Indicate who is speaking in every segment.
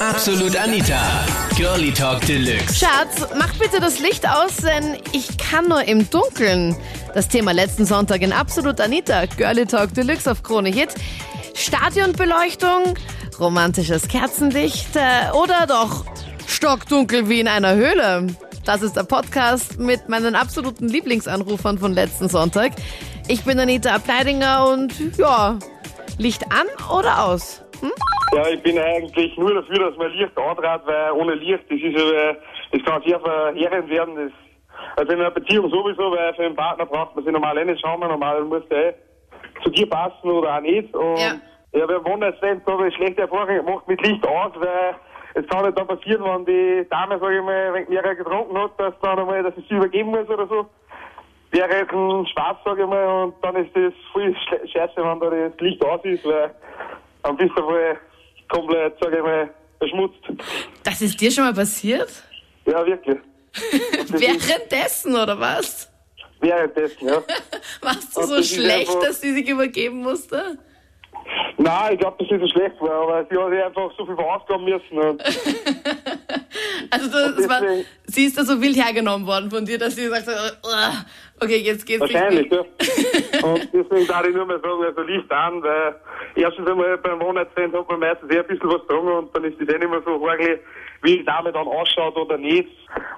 Speaker 1: Absolut Anita. Girlie Talk Deluxe.
Speaker 2: Schatz, mach bitte das Licht aus, denn ich kann nur im Dunkeln. Das Thema letzten Sonntag in Absolut Anita, Girlie Talk Deluxe auf Krone Hit. Stadionbeleuchtung, romantisches Kerzenlicht äh, oder doch stockdunkel wie in einer Höhle. Das ist der Podcast mit meinen absoluten Lieblingsanrufern von letzten Sonntag. Ich bin Anita Ableidinger und ja, Licht an oder aus?
Speaker 3: Ja, ich bin eigentlich nur dafür, dass man Licht antrat, weil ohne Licht, das ist ja, äh, das kann sehr verheerend werden. Das, also in einer Beziehung sowieso, weil für einen Partner braucht man sich normal eh nicht schauen, normal muss der eh zu dir passen oder auch nicht. Und
Speaker 2: Ja.
Speaker 3: ja. ich habe im One-Night-Stand so eine schlechte Erfahrung gemacht mit Licht aus, weil es kann nicht da passieren, wenn die Dame, sage ich mal, wenn mehrere getrunken hat, dass dann einmal, dass ich sie übergeben muss oder so. Wäre jetzt ein Spaß, sage ich mal, und dann ist das voll schle- scheiße, wenn da das Licht aus ist, weil dann bist du voll komplett, sage ich mal, verschmutzt.
Speaker 2: Das ist dir schon mal passiert?
Speaker 3: Ja, wirklich.
Speaker 2: Währenddessen oder was?
Speaker 3: Währenddessen, ja.
Speaker 2: Warst du
Speaker 3: Hat
Speaker 2: so
Speaker 3: das nicht
Speaker 2: schlecht,
Speaker 3: einfach-
Speaker 2: dass sie sich übergeben musste?
Speaker 3: Nein, ich glaube, das ist so schlecht, war, aber sie hat sich einfach so viel verausgaben müssen. Und
Speaker 2: Also das, das
Speaker 3: Und
Speaker 2: war,
Speaker 3: deswegen-
Speaker 2: sie ist da so wild hergenommen worden von dir, dass sie gesagt hat, "Uah, okay, jetzt geht's nicht
Speaker 3: Wahrscheinlich, ja.
Speaker 2: mehr."
Speaker 3: Und deswegen darf ich nur mal sagen, also Licht an, weil erstens einmal beim One-Night-Stand hat man meistens eher ein bisschen was getrunken und dann ist das eh nicht mehr so hagelig, wie die Dame dann ausschaut oder nicht.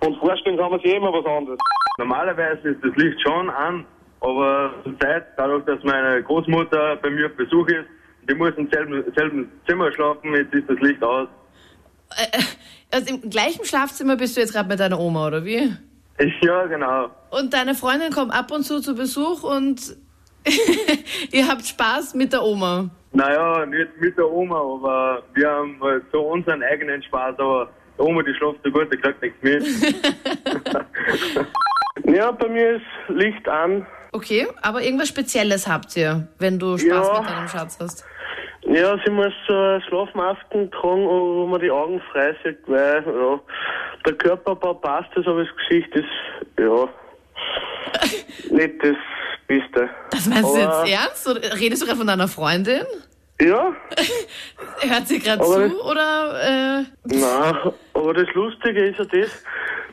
Speaker 3: Und vorstellen kann man sich eh immer was anderes.
Speaker 4: Normalerweise ist das Licht schon an, aber zurzeit, dadurch, dass meine Großmutter bei mir auf Besuch ist, die muss im selben, selben Zimmer schlafen, jetzt ist das Licht aus.
Speaker 2: Äh, Also im gleichen Schlafzimmer bist du jetzt gerade mit deiner Oma, oder wie?
Speaker 4: Ich, ja, genau.
Speaker 2: Und deine Freundin kommt ab und zu zu Besuch und ihr habt Spaß mit der Oma.
Speaker 4: Naja, nicht mit der Oma, aber wir haben halt so unseren eigenen Spaß, aber die Oma, die schläft so gut, die kriegt nichts mit.
Speaker 5: Ja, bei mir ist Licht an.
Speaker 2: Okay, aber irgendwas Spezielles habt ihr, wenn du Spaß
Speaker 5: Ja.
Speaker 2: mit deinem Schatz hast.
Speaker 5: Ja, sie muss äh, Schlafmasken tragen, wo man die Augen frei sieht, weil ja, der Körperbau passt das, aber das Gesicht ist ja nicht das Beste.
Speaker 2: Das meinst du
Speaker 5: Aber-
Speaker 2: jetzt ernst? Oder redest du gerade von deiner Freundin?
Speaker 5: Ja,
Speaker 2: Hört sie gerade
Speaker 5: Aber das-
Speaker 2: zu oder äh,
Speaker 5: na, aber das Lustige ist ja das,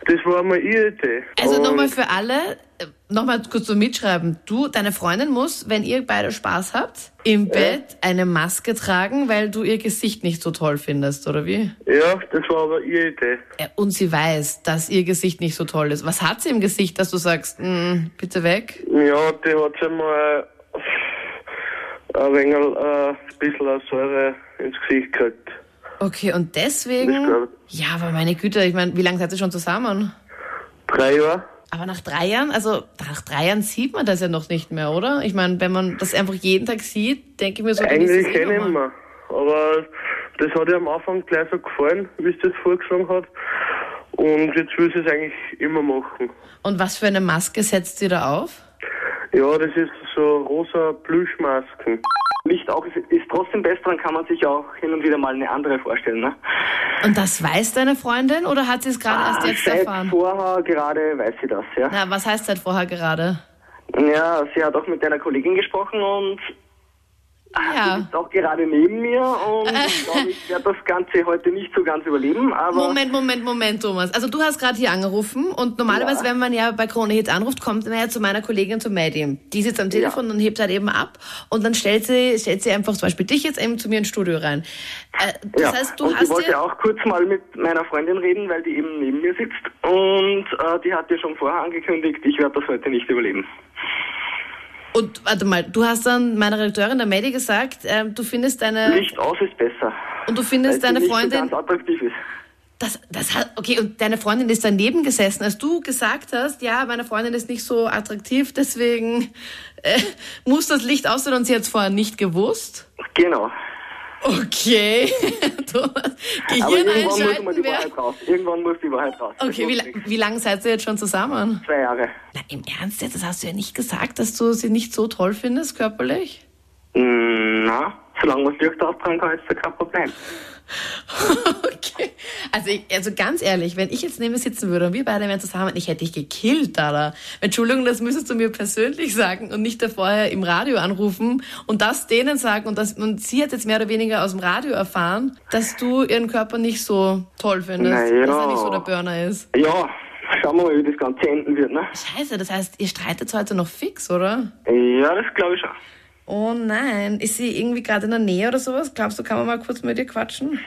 Speaker 5: das war mal ihre Idee.
Speaker 2: Also
Speaker 5: Und-
Speaker 2: nochmal für alle, äh, nochmal kurz zum Mitschreiben. Du, deine Freundin muss, wenn ihr beide Spaß habt, im Bett eine Maske tragen, weil du ihr Gesicht nicht so toll findest, oder wie?
Speaker 5: Ja, das war aber ihre Idee.
Speaker 2: Äh, Und sie weiß, dass ihr Gesicht nicht so toll ist. Was hat sie im Gesicht, dass du sagst, "Mm, bitte weg?
Speaker 5: Ja, die hat einmal ein wenig, äh, ein bisschen eine Säure ins Gesicht gekriegt.
Speaker 2: Okay, und deswegen.
Speaker 5: Nicht gerade.
Speaker 2: Ja, aber meine Güte, ich meine, wie lange seid ihr schon zusammen?
Speaker 5: Drei Jahre.
Speaker 2: Aber nach drei Jahren, also nach drei Jahren sieht man das ja noch nicht mehr, oder? Ich meine, wenn man das einfach jeden Tag sieht, denke ich mir so, dann ist
Speaker 5: Eigentlich
Speaker 2: das eh
Speaker 5: eh
Speaker 2: normal.
Speaker 5: nicht mehr. Aber das hat ihr am Anfang gleich so gefallen, wie sie das vorgeschlagen hat. Und jetzt will sie es eigentlich immer machen.
Speaker 2: Und was für eine Maske setzt ihr da auf?
Speaker 5: Ja, das ist so rosa Plüschmasken.
Speaker 6: Licht auch ist, ist trotzdem besser, dann kann man sich auch hin und wieder mal eine andere vorstellen. Ne?
Speaker 2: Und das weiß deine Freundin oder hat sie es gerade erst jetzt
Speaker 6: Seit
Speaker 2: erfahren?
Speaker 6: vorher gerade weiß sie das, ja.
Speaker 2: Na, was heißt seit vorher gerade?
Speaker 6: Ja, sie hat auch mit einer Kollegin gesprochen und
Speaker 2: Ah, Ja.
Speaker 6: ist auch gerade neben mir und ich glaube, ich werde das Ganze heute nicht so ganz überleben, aber
Speaker 2: Moment, Moment, Moment, Thomas. Also du hast gerade hier angerufen und normalerweise, wenn man ja bei Krone Hit anruft, kommt man ja zu meiner Kollegin, zu Maddie. Die sitzt am Telefon und hebt halt eben ab und dann stellt sie, stellt sie einfach zum Beispiel dich jetzt eben zu mir ins Studio rein. Äh, das
Speaker 6: ja.
Speaker 2: heißt, du
Speaker 6: und ich
Speaker 2: hast
Speaker 6: wollte
Speaker 2: dir...
Speaker 6: auch kurz mal mit meiner Freundin reden, weil die eben neben mir sitzt und äh, die hat dir schon vorher angekündigt, ich werde das heute nicht überleben.
Speaker 2: Und warte mal, du hast dann meiner Redakteurin, der Maddie, gesagt, ähm, du findest deine...
Speaker 6: Licht aus ist besser.
Speaker 2: Und du findest
Speaker 6: weil sie
Speaker 2: deine
Speaker 6: nicht
Speaker 2: Freundin-
Speaker 6: So ganz attraktiv ist.
Speaker 2: Das, das hat, okay, und deine Freundin ist daneben gesessen, als du gesagt hast, ja, meine Freundin ist nicht so attraktiv, deswegen äh, muss das Licht aussehen und sie hat es vorher nicht gewusst.
Speaker 6: Genau.
Speaker 2: Okay, Thomas,
Speaker 6: Aber
Speaker 2: Gehirn
Speaker 6: irgendwann muss immer
Speaker 2: einschalten
Speaker 6: die
Speaker 2: wäre...
Speaker 6: Wahrheit raus. Irgendwann muss die Wahrheit raus. Das
Speaker 2: Okay, wie,
Speaker 6: muss
Speaker 2: la-
Speaker 6: nix.
Speaker 2: wie lange seid ihr jetzt schon zusammen?
Speaker 6: Zwei Jahre.
Speaker 2: Na, im Ernst jetzt, das hast du ja nicht gesagt, dass du sie nicht so toll findest, körperlich?
Speaker 6: Mm, Na, solange man es Licht auftragen kann, ist da kein Problem.
Speaker 2: Okay. Also, ich, also ganz ehrlich, wenn ich jetzt neben mir sitzen würde und wir beide wären zusammen, ich hätte dich gekillt, Dada. Entschuldigung, das müsstest du mir persönlich sagen und nicht da vorher im Radio anrufen und das denen sagen. Und, das, und sie hat jetzt mehr oder weniger aus dem Radio erfahren, dass du ihren Körper nicht so toll findest,
Speaker 6: Na ja.
Speaker 2: dass er nicht so der Burner ist.
Speaker 6: Ja, schauen wir mal, wie das Ganze enden wird, ne?
Speaker 2: Scheiße, das heißt, ihr streitet heute noch fix, oder?
Speaker 6: Ja, das glaube ich schon.
Speaker 2: Oh nein, ist sie irgendwie gerade in der Nähe oder sowas? Glaubst du, kann man mal kurz mit ihr quatschen?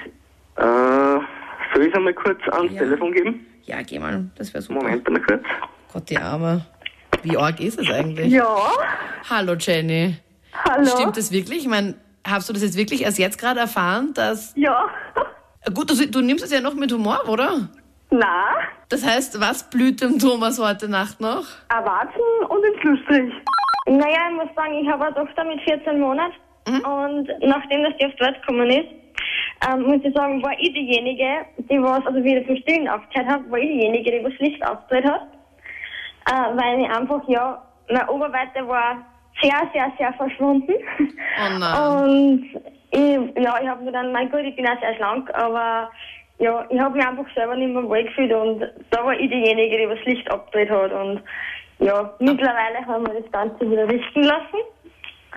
Speaker 6: Äh, soll ich es einmal kurz ans
Speaker 2: Ja.
Speaker 6: Telefon geben?
Speaker 2: Ja, geh mal, das wäre super.
Speaker 6: Moment mal kurz.
Speaker 2: Gott, die Arme. Wie arg ist es eigentlich?
Speaker 7: Ja,
Speaker 2: Hallo Jenny.
Speaker 7: hallo.
Speaker 2: Stimmt das wirklich? Ich meine, hast du das jetzt wirklich erst jetzt gerade erfahren, dass...
Speaker 7: Ja.
Speaker 2: Gut, du, du nimmst es ja noch mit Humor, oder?
Speaker 7: Na,
Speaker 2: Das heißt, was blüht dem Thomas heute Nacht noch?
Speaker 7: erwarten und den Schlussstrich.
Speaker 8: Naja, ich muss sagen, ich habe eine Tochter mit 14 Monaten
Speaker 2: Mhm.
Speaker 8: und nachdem das die auf die Welt gekommen ist, ähm, muss ich sagen, war ich diejenige, die was, also wieder zum Stillen aufgehört hat, war ich diejenige, die was Licht aufgedreht hat, äh, weil ich einfach, ja, meine Oberweite war sehr, sehr, sehr verschwunden.
Speaker 2: Oh nein.
Speaker 8: Und ich, ja, ich habe mir dann, mein Gott, ich bin auch sehr schlank, aber ja, ich habe mich einfach selber nicht mehr wohl gefühlt und da war ich diejenige, die was Licht abgedreht hat und ja, mittlerweile haben wir das Ganze wieder richten lassen.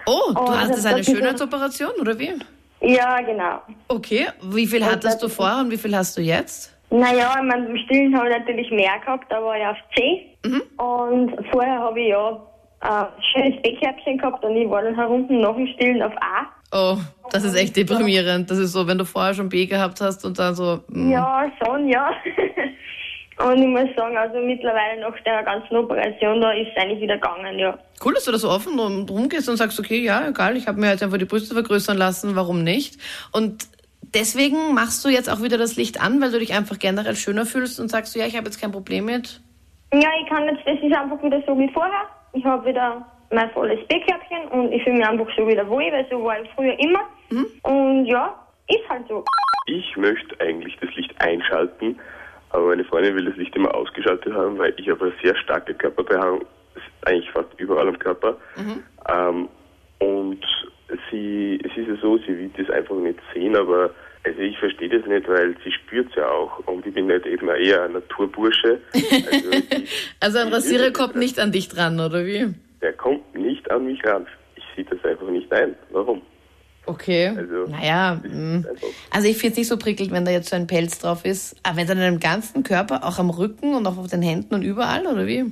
Speaker 2: Oh, du
Speaker 8: Oh,
Speaker 2: hast
Speaker 8: das-
Speaker 2: jetzt eine
Speaker 8: das ist-
Speaker 2: Schönheitsoperation, oder wie?
Speaker 8: Ja, genau.
Speaker 2: Okay, wie viel hattest du
Speaker 8: das-
Speaker 2: vorher und wie viel hast du jetzt?
Speaker 8: Naja, ich meine, beim Stillen habe ich natürlich mehr gehabt, da war ich auf 10. Und vorher habe ich ja ein schönes Beckhärbchen gehabt und ich war dann halt herunten nach dem Stillen auf A.
Speaker 2: Oh, das ist echt deprimierend. Das ist so, wenn du vorher schon B gehabt hast und dann so... mm.
Speaker 8: Ja, schon, ja. und ich muss sagen, also mittlerweile nach der ganzen Operation, da ist es eigentlich wieder gegangen, ja.
Speaker 2: Cool, dass du da so offen drum drum gehst und sagst, okay, ja, egal, ich habe mir jetzt einfach die Brüste vergrößern lassen, warum nicht? Und deswegen machst du jetzt auch wieder das Licht an, weil du dich einfach generell schöner fühlst und sagst, ja, ich habe jetzt kein Problem mit.
Speaker 8: Ja, ich kann jetzt, das ist einfach wieder so wie vorher. Ich habe wieder mein volles Bettkäppchen und ich fühle mich einfach so wieder wohl, weil so war ich früher immer. Und ja, ist halt so.
Speaker 3: Ich möchte eigentlich das Licht einschalten, aber meine Freundin will das Licht immer ausgeschaltet haben, weil ich habe eine sehr starke Körperbehaarung, das ist eigentlich fast überall am Körper. Ähm, und sie, es ist ja so, sie will das einfach nicht sehen, aber also ich verstehe das nicht, weil sie spürt es ja auch. Und ich bin halt eben eher ein Naturbursche. Also ich,
Speaker 2: Also ein Rasierer kommt nicht an dich dran, oder wie?
Speaker 3: der kommt nicht an mich ran. Ich sehe das einfach nicht ein. Warum?
Speaker 2: Okay.
Speaker 3: Also-
Speaker 2: naja. mm.
Speaker 3: Einfach.
Speaker 2: Also ich finde es nicht so prickelnd, wenn da jetzt so ein Pelz drauf ist. Aber wenn es an deinem ganzen Körper, auch am Rücken und auch auf den Händen und überall, oder wie?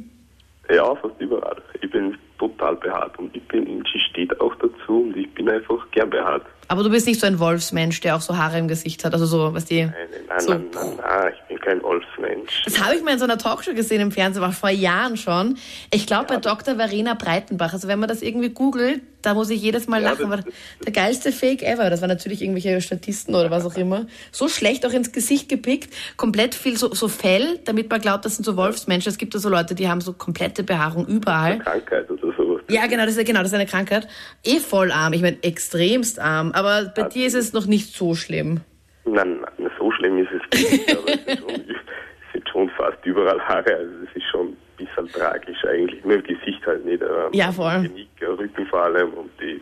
Speaker 3: Ja, fast überall. Ich bin total behaart und ich bin, sie steht auch dazu und ich bin einfach gern behaart.
Speaker 2: Aber du bist nicht so ein Wolfsmensch, der auch so Haare im Gesicht hat. Also so, was die.
Speaker 3: Nein, nein, nein,
Speaker 2: so,
Speaker 3: nein, nein, nein, ich bin kein Wolfsmensch.
Speaker 2: Das habe ich mal in so einer Talkshow gesehen im Fernsehen, war vor Jahren schon. Ich glaube bei Dr. Verena Breitenbach. Also wenn man das irgendwie googelt, da muss ich jedes Mal
Speaker 3: Ja,
Speaker 2: lachen.
Speaker 3: das-
Speaker 2: weil der geilste Fake ever. Das waren natürlich irgendwelche Statisten oder was auch immer. So schlecht auch ins Gesicht gepickt. Komplett viel so, so Fell, damit man glaubt, das sind so Wolfsmenschen. Es gibt ja so Leute, die haben so komplette Behaarung überall.
Speaker 3: Krankheit oder sowas.
Speaker 2: Ja, genau, das ist, genau, das ist eine Krankheit. Eh voll arm. Ich meine, extremst arm. Aber bei dir ist es noch nicht so schlimm.
Speaker 3: Nein, nein, so schlimm ist es nicht, aber es, ist schon, es sind schon fast überall Haare, also es ist schon ein bisschen tragisch eigentlich. Nur im Gesicht halt nicht, aber am
Speaker 2: Ja, voll.
Speaker 3: Genick, am Rücken vor allem und die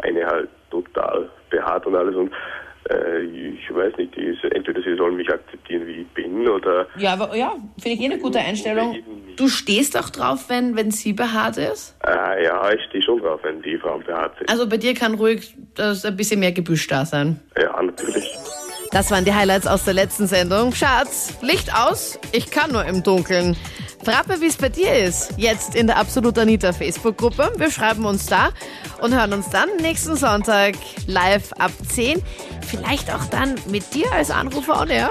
Speaker 3: Beine halt total behaart und alles und äh, ich weiß nicht, die, entweder sie sollen mich akzeptieren, wie ich bin oder
Speaker 2: Ja, aber ja, finde ich eh eine gute Einstellung. Du stehst auch drauf, wenn, wenn sie behaart ist.
Speaker 3: Ah, ja, ich stehe schon drauf, wenn die Frauen behaart sind.
Speaker 2: Also bei dir kann ruhig das ein bisschen mehr Gebüsch da sein.
Speaker 3: Ja, natürlich.
Speaker 2: Das waren die Highlights aus der letzten Sendung. Schatz, Licht aus, ich kann nur im Dunkeln. Frag mir, wie es bei dir ist. Jetzt in der Absolut Anita Facebook-Gruppe. Wir schreiben uns da und hören uns dann nächsten Sonntag live ab 10. Vielleicht auch dann mit dir als Anrufer on air.